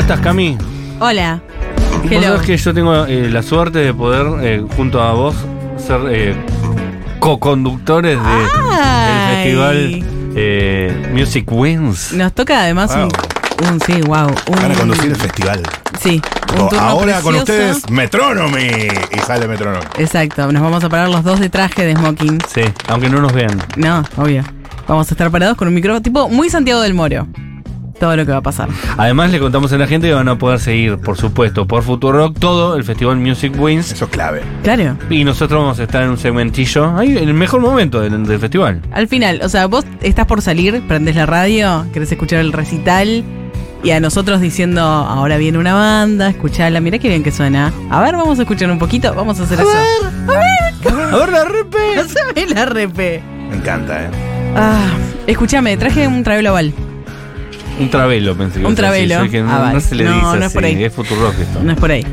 estás, Cami? Hola. Vos Hello. sabés que yo tengo eh, la suerte de poder, eh, junto a vos, ser eh, co-conductores de, del Ay. festival eh, Music Wins. Nos toca además Wow. un, un- Sí, wow. Un, Van a conducir el festival. Sí. Mm. Un turno Ahora con precioso. ustedes, Metronomy. Y sale Metronomy. Exacto. Nos vamos a parar los dos de traje de smoking. Sí, aunque no nos vean. No, obvio. Vamos a estar parados con un micrófono tipo muy Santiago del Moro. Todo lo que va a pasar. Además, le contamos a la gente que van a poder seguir, por supuesto, por Futurock, todo el festival Music Wins. Eso es clave. Claro. Y nosotros vamos a estar en un segmentillo, ahí, en el mejor momento del, del festival. Al final, o sea, vos estás por salir, prendés la radio, querés escuchar el recital y a nosotros diciendo, ahora viene una banda, escuchala, mira qué bien que suena. A ver, vamos a escuchar un poquito, vamos a hacer eso. A ver, la repe. Haceme la repe. Me encanta, ¿eh? Ah, escúchame, traje un trabelo oval. Un trabelo, pensé que Un ibas a decir, trabelo. sé que no, Ah, vale. no se le No, dice no es así, por ahí. es Futurock esto. No es por ahí.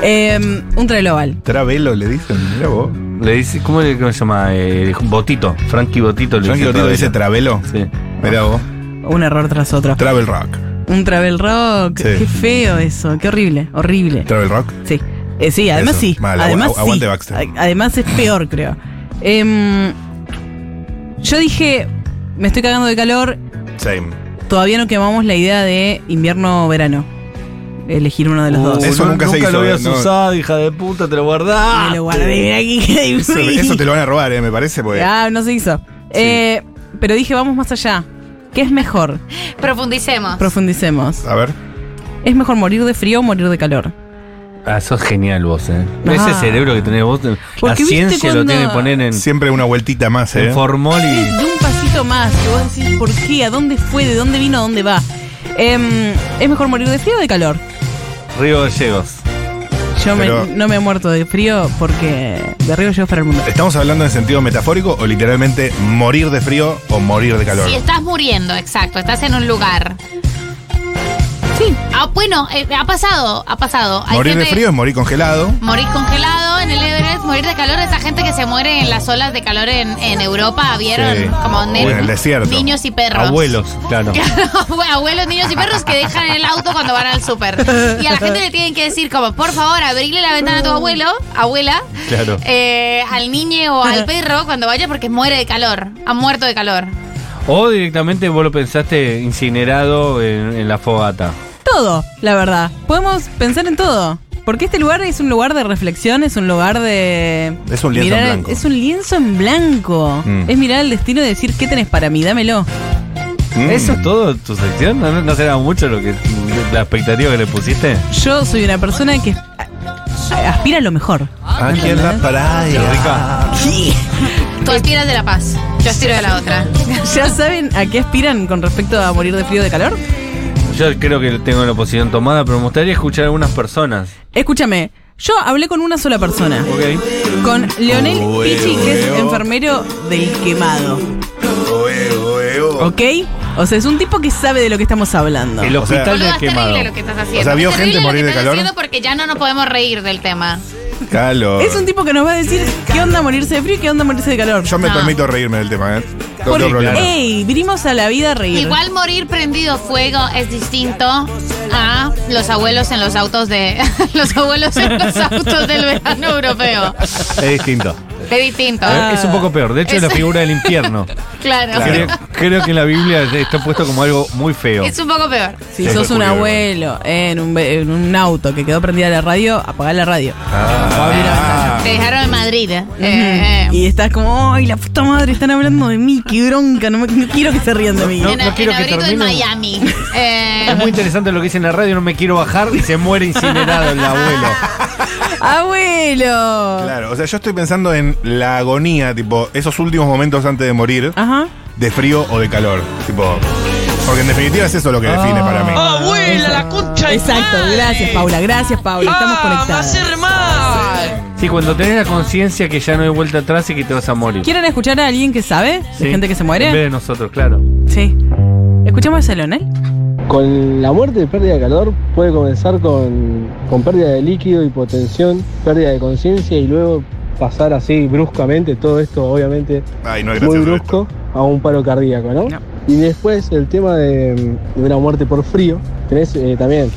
Em, un trabelo oval. Travelo le dicen, mira vos. Le dice, ¿cómo le- cómo se llama? Eh, Botito, Frankie Botito le Frankie dice. Botito dice Travelo. Sí. Mira vos. Un error tras otro. Travel Rock. Un travel rock. Sí. Qué feo eso. Qué horrible. Horrible. Travel Rock. Sí. Eh, sí, además Eso, sí. mal, agu- además agu- aguante sí. Baxter. A- Además es peor, creo. Em, yo dije, me estoy cagando de calor, Same. todavía no quemamos la idea de invierno-verano. Elegir uno de los dos. Uh, Eso nunca se hizo, lo habías ¿no? usado, hija de puta, te lo guardás. Me lo guardé aquí. que Eso, fui. eso te lo van a robar, ¿eh? Me parece, porque. Ah, no se hizo. Eh, pero dije, vamos más allá. ¿Qué es mejor? Profundicemos. Profundicemos. A ver. ¿Es mejor morir de frío o morir de calor? Ah, sos genial vos, eh. Ah. Ese cerebro que tenés vos, la Porque viste ciencia lo cuando- tiene que poner en, Siempre una vueltita más, en ¿eh? formol y. de un pasito más, que vos decís por qué, a dónde fue, de dónde vino, a dónde va. Em, ¿Es mejor morir de frío o de calor? Río Gallegos. Yo me- Pero- no me he muerto de frío porque de río yo para el mundo. ¿Estamos hablando en sentido metafórico o literalmente morir de frío o morir de calor? Si estás muriendo, exacto, estás en un lugar. Sí, Ah, bueno, eh, ha pasado, ha pasado. Hay Morir de gente- frío es morir congelado. Morir congelado en el Everest, morir de calor, esa gente que se muere en las olas de calor en, en Europa, ¿vieron? Sí. Como O en el desierto. niños y perros. Abuelos, claro. Abuelos, niños y perros que dejan el auto cuando van al súper. Y a la gente le tienen que decir como, por favor, abrile la ventana a tu abuelo, abuela, Claro. eh, al niño o al perro cuando vaya porque muere de calor, ha muerto de calor. O directamente vos lo pensaste incinerado en, en la fogata. todo, la verdad. Podemos pensar en todo. Porque este lugar es un lugar de reflexión, es un lugar de... Es un lienzo en mirar- blanco. Es un lienzo en blanco. Mm. Es mirar al destino y decir, ¿qué tenés para mí? Dámelo. Mm. ¿Eso es todo tu sección? ¿No, no será mucho lo que la expectativa que le pusiste? Yo soy una persona que a- aspira a lo mejor. Aquí en Ah, la playa. Tú aspiras de la paz, yo aspiro de la otra. ¿Ya saben a qué aspiran con respecto a morir de frío o de calor? Yo creo que tengo la posición tomada, pero me gustaría escuchar a algunas personas. Escúchame, yo hablé con una sola persona, Ok. con Leonel Huevo, Pichi, que es huevo. enfermero del quemado, Huevo, huevo. ¿ok? O sea, es un tipo que sabe de lo que estamos hablando. El O sea- hospital Boludo, del es quemado. terrible lo que estás haciendo. O sea, vio Es terrible gente lo que morir de estás calor. haciendo porque ya no nos podemos reír del tema. Calor. Es un tipo que nos va a decir qué onda morirse de frío y qué onda morirse de calor. Yo me No. permito reírme del tema, ¿eh? No Porque, tengo problema. ¡Ey! Vinimos a la vida a reír. Igual morir prendido fuego es distinto a los abuelos en los autos de los abuelos en los autos del verano europeo. Es distinto. Es distinto. Eh, Es un poco peor. De hecho, es la Ah. Es- figura del infierno. Claro. Creo, creo que en la Biblia está puesto como algo muy feo. Es un poco peor. Si Sí, sos fue un curioso. abuelo en un, ve- en un auto que quedó prendida la radio, apagá la radio. Ah, Te dejaron en Madrid. eh. Eh, eh. Y estás como, ¡ay, la puta madre! Están hablando de mí, qué bronca, no, me- no quiero que se rían de mí. No, en no quiero en que abril en termine. Miami. Eh, Es muy interesante lo que dice en la radio, no me quiero bajar y se muere incinerado el abuelo. ¡Abuelo! Claro, o sea, yo estoy pensando en la agonía, tipo, esos últimos momentos antes de morir, Ajá. de frío o de calor. Tipo, porque en definitiva es eso lo que define para Ah. mí. Abuela, la concha de Exacto, madre. gracias Paula, gracias Paula, estamos Ah, va a conectados. ser mal. Sí, cuando tenés la conciencia que ya no hay vuelta atrás y que te vas a morir. ¿Quieren escuchar a alguien que sabe? ¿De Sí. gente que se En vez muere? de nosotros, claro. Sí. ¿Escuchamos a Leonel? Con la muerte de pérdida de calor puede comenzar con, con pérdida de líquido, hipotensión, pérdida de conciencia y luego pasar así bruscamente, todo esto obviamente Ay, no es muy gracioso brusco, a un paro cardíaco, ¿no? No. Y después el tema de, mm, de una muerte por frío, tenés eh, también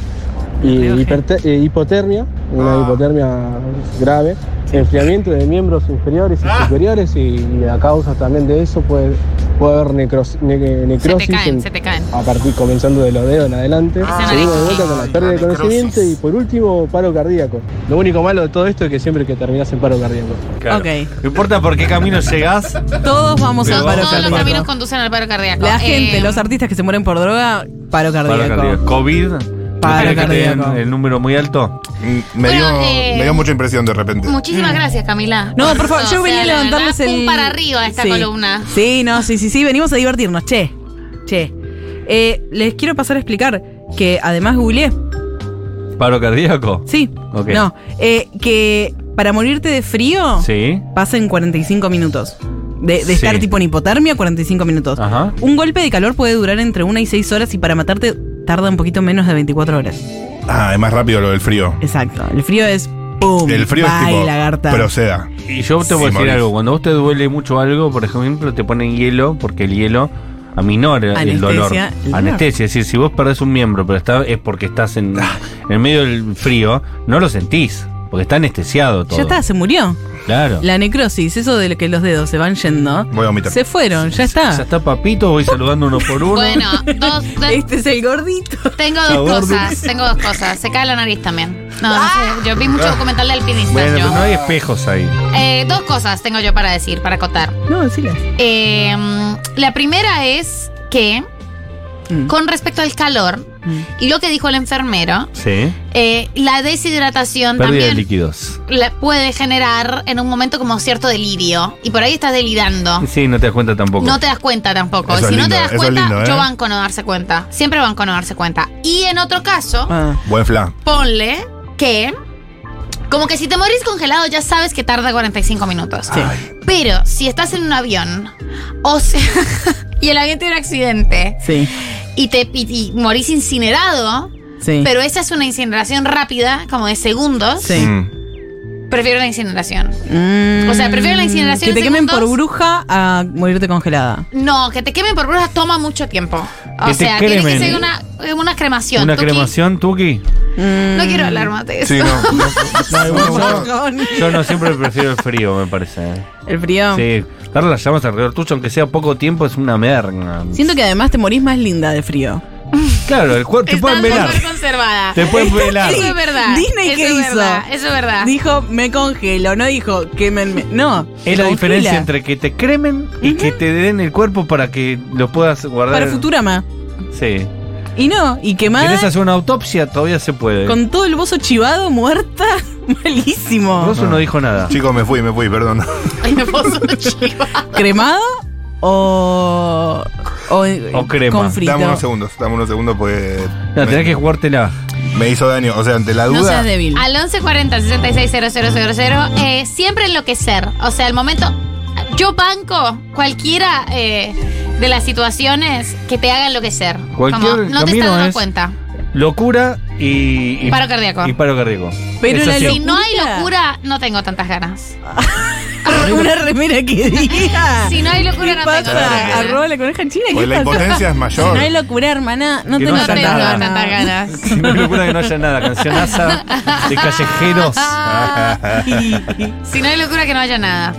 y Rioja. hiperte- eh, hipotermia, una Ah. hipotermia grave, enfriamiento de miembros inferiores y superiores y, y a causa también de eso puede, puede haber necros- ne- Se te necrosis caen, en- se te caen. a partir comenzando de los dedos en adelante, Ah. seguimos de vuelta con la Ay, pérdida de la necrosis. conocimiento y por último paro cardíaco. Lo único malo de todo esto es que siempre que terminas en paro cardíaco. Claro. Ok. No importa por qué camino llegás, Todos vamos Pero a Todos, vamos paro a todos los calmar. cardíaco. caminos conducen al paro cardíaco. La Eh, gente, los artistas que se mueren por droga, paro paro cardíaco. cardíaco. COVID, Paro ¿no crees que te den cardíaco. el número muy alto. Mm, Me, Bueno, dio, eh, me dio mucha impresión de repente. Muchísimas gracias, Camila. No, por favor, yo O sea, venía a la levantarles verdad, el. pum para arriba esta Sí. columna. Sí, no, sí, sí, sí, venimos a divertirnos, che. Che. Eh, les quiero pasar a explicar que además googleé. ¿Paro cardíaco? Sí. Ok. No. eh, que para morirte de frío Sí. pasa en 45 minutos. De, de Sí. Ah. estar tipo en hipotermia, 45 minutos. Ajá. Un golpe de calor puede durar entre 1 y 6 horas y para matarte tarda un poquito menos de 24 horas. Ah, es más rápido lo del frío. Exacto. El frío es. ¡Pum! El frío es Bye, tipo. lagarta. Proceda. Y yo te Sí, voy a decir Mauricio. algo, cuando a vos te duele mucho algo, por ejemplo, te ponen hielo, porque el hielo aminora Anestesia el dolor. el dolor. Anestesia, es decir, si vos perdés un miembro, pero está, es porque estás en, Ah. en el medio del frío, no lo sentís, porque está anestesiado todo. Ya está, se murió. Claro. La necrosis, eso de que los dedos se van yendo. Voy a vomitar. Se fueron, ya Ya está. está papito, voy saludando uno por uno. Bueno, dos, dos- Este es el gordito. tengo Sabor dos cosas. dulce. Tengo dos cosas. Se cae la nariz también. No, no Ah. sé. Yo vi mucho documental de alpinistas. Ah. Bueno, pues yo. pero no hay espejos ahí. Eh, dos cosas tengo yo para decir, para acotar. No, decílas. Eh, la primera es que, Mm. con respecto al calor, y lo que dijo el enfermero, Sí. eh, la deshidratación Pérdida de también líquidos. la puede generar en un momento como cierto delirio. Y por ahí estás delirando. Sí, no te das cuenta tampoco. No te das cuenta tampoco. Eso es si no lindo, te das eso es cuenta, lindo, ¿eh? yo banco no darse cuenta. Siempre banco no darse cuenta. Y en otro caso, Ah, Buen fla. ponle que. Como que si te morís congelado ya sabes que tarda 45 minutos. sí. Pero si estás en un avión, o sea, y el avión tiene un accidente Sí, y te y- y morís incinerado, sí. pero esa es una incineración rápida, como de segundos, sí. Mm. prefiero la incineración. Mm, O sea, prefiero la incineración Que te en quemen por segundos. bruja a morirte congelada. No, que te quemen por brujas toma mucho tiempo. O Que te sea, tiene que cremen. ser una, una cremación. Una Tuki. cremación, Tuki. Mm. No Mm. quiero hablar más de eso. Sí, no. no, no, Mm. no, no. Yo no siempre prefiero el frío, me parece. ¿eh? El frío. Sí, dar las llamas alrededor tuyo, aunque sea poco tiempo, es una merda. Siento que además te morís más linda de frío. Claro, el cuerpo te Está pueden velar. súper conservada. Te pueden velar. Eso es verdad. Disney, eso ¿qué es hizo? verdad, Eso es verdad. Dijo, me congelo, no dijo, quémenme. No. Es la congela. diferencia entre que te cremen y que te den el cuerpo para que lo puedas guardar. Para Futurama. Sí. Y no, y quemada. ¿Querés hacer una autopsia? Todavía se puede. Con todo el bozo chivado, muerta. Malísimo. Rosso no dijo nada. Chicos, me fui, me fui, perdón. Ay, me puso chiva. ¿Cremado o, o, O crema. con frito? Dame unos segundos, dame unos segundos porque. No, me, tenés que jugártela. me hizo daño. O sea, ante la No duda. seas débil. Al 1140 660000, eh, siempre enloquecer. O sea, el momento. Yo banco cualquiera eh, de las situaciones que te hagan enloquecer. Cualquier Como, no te camino estás dando es- cuenta. Locura y, y- Paro cardíaco. Y paro cardíaco. Pero Eso la sí. Si no hay Locura. locura, no tengo tantas ganas. ah, Una remera que diga. Si no hay locura, ¿Qué no tengo tantas Ah. pasa? ganas. Arroba la coneja en China. Pues ¿Qué la pasa? impotencia Si es no mayor. hay locura, hermana, no Que no tengo haya tantas tengo nada. tantas ganas. ganas. Si no hay locura que no haya nada. Cancionaza de callejeros. Ah, Si no hay locura, que no haya nada.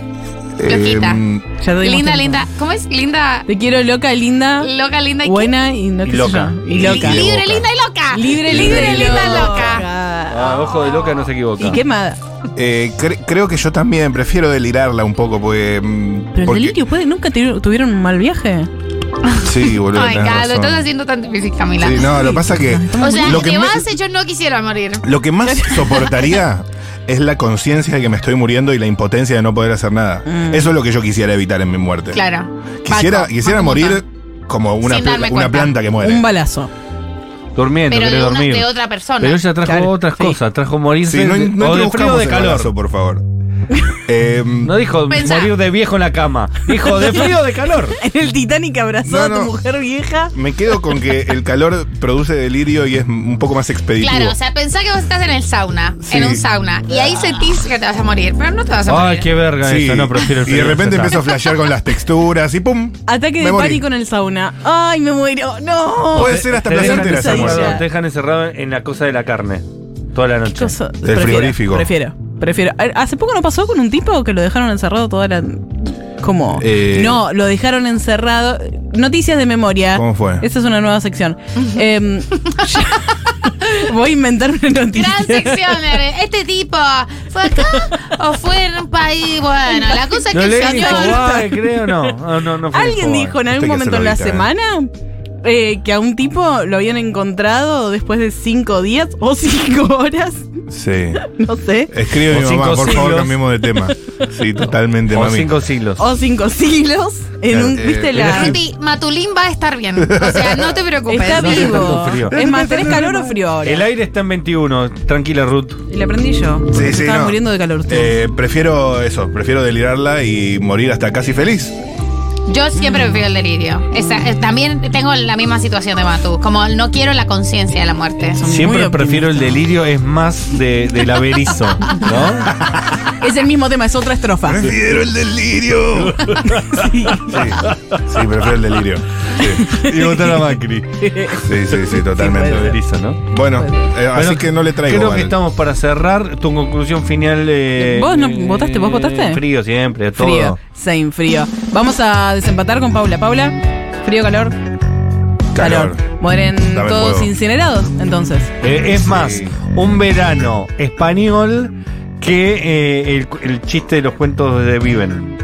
Eh, Loquita. Ya doy Linda, más linda. ¿Cómo es? Linda, tiempo. Te quiero loca, linda, loca, linda y buena y, no Y qué sé loca. yo. Y loca. Y- Libre, loca. linda y loca. Libre, libre, linda, loca. loca. Ah, ojo de loca no se equivoca. Y quemada. eh, cre- creo que yo también prefiero delirarla un poco porque. mm, Pero porque- el delirio, ¿puede? ¿Nunca te- tuvieron un mal viaje? Sí, boludo. Oh Ay, tenés Carlos, razón. estás haciendo tan difícil, Camila. Sí, no, lo que pasa es que. O sea, lo te que me- vas, yo no quisiera morir. Lo que más soportaría es la conciencia de que me estoy muriendo y la impotencia de no poder hacer nada. Mm. Eso es lo que yo quisiera evitar en mi muerte. Claro. Quisiera, Banco, quisiera banco morir montón. como una, Sin pla- darme una cuenta. planta que muere. Un balazo. Durmiendo, Pero querés de, una, dormir. de otra persona. Pero ella trajo Claro, otras sí. cosas. Trajo morirse Sí, no, de- no o te de buscamos frío o de el calor. balazo, por favor. Eh, No dijo Pensá. morir de viejo en la cama. Dijo de frío o de calor. En el Titanic abrazó No, a no. tu mujer vieja. me quedo con que el calor produce delirio y es un poco más expeditivo. Claro, o sea, pensá que vos estás en el sauna, Sí. en un sauna, y ahí sentís que te vas a morir, pero no te vas a Ay, morir. qué verga Sí, eso. No, prefiero el y frío. de repente ya empiezo está. a flashear con las texturas y ¡pum! Ataque Me de morí. pánico en el sauna. Ay, me muero. No. Puede ser hasta Te dejan placentera esa pesadilla. encerrado- muerte. muerte. Te dejan encerrado en la cosa de la carne. Toda la noche. Qué cosa- frigorífico. Prefiero. Prefiero. A ver, Hace poco no pasó con un tipo que lo dejaron encerrado toda la. ¿Cómo? Eh. no, lo dejaron encerrado. Noticias de memoria. ¿Cómo fue? Esa es una nueva sección. Em, ya- voy a inventar una noticia. Gran sección, Lore. este tipo, ¿fue acá o fue en un país? Bueno, la cosa es que No el le señor... Infobae, creo, no. Ah, no, no fue Alguien Infobae. dijo en Usted algún que se momento lo en la dicta, ¿eh? semana eh, que a un tipo lo habían encontrado después de cinco días o cinco horas, Sí. no sé, Escribe a O mi mamá, cinco por favor, siglos. cambiemos de tema. Sí, totalmente, O mami. cinco siglos. o cinco siglos en un, Eh, viste, eh, la... Ruti, Matulín va a estar bien, o sea, no te preocupes. Está No hace vivo. tanto frío. Es más, ¿tenés calor o frío ahora? El aire está en 21. Tranquila, Ruth. Y la prendí yo. porque Sí, se sí, estaba no. muriendo de calor. tú. Eh, prefiero eso, prefiero delirarla y morir hasta casi feliz. Yo siempre prefiero el delirio. Esa- eh, también tengo la misma situación de Matu, como no quiero la conciencia de la muerte. Son muy Siempre prefiero el optimistas. delirio, es más de, del averizo, ¿no? Es el mismo tema, es otra estrofa. Prefiero el delirio. Sí. Sí, sí, prefiero el delirio. Sí. Y votar a Macri. Sí, sí, sí, totalmente. Averizo, ¿no? bueno, eh, así Bueno, que no le traigo. Creo mal. que estamos para cerrar tu conclusión final. eh, ¿Vos no eh, votaste? ¿Vos votaste? Frío siempre, todo. Frío, same frío. Vamos a desempatar con Paula. Paula, frío, calor, calor. Mueren Dame todos fuego. incinerados, entonces. Eh, es Sí. más, un verano español que eh, el, el chiste de los cuentos de Viven.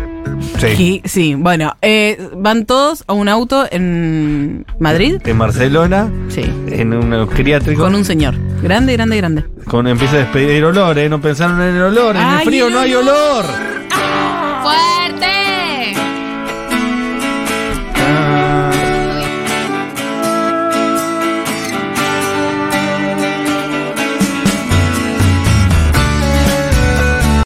Sí. Sí, sí, bueno, eh, van todos a un auto en Madrid. En Barcelona, Sí. en un geriátrico. Con un señor. Grande, grande, grande. con- empieza a despedir olor, ¿eh? No pensaron en el olor. En el Ay, frío el no hay olor. ¡Fuerte!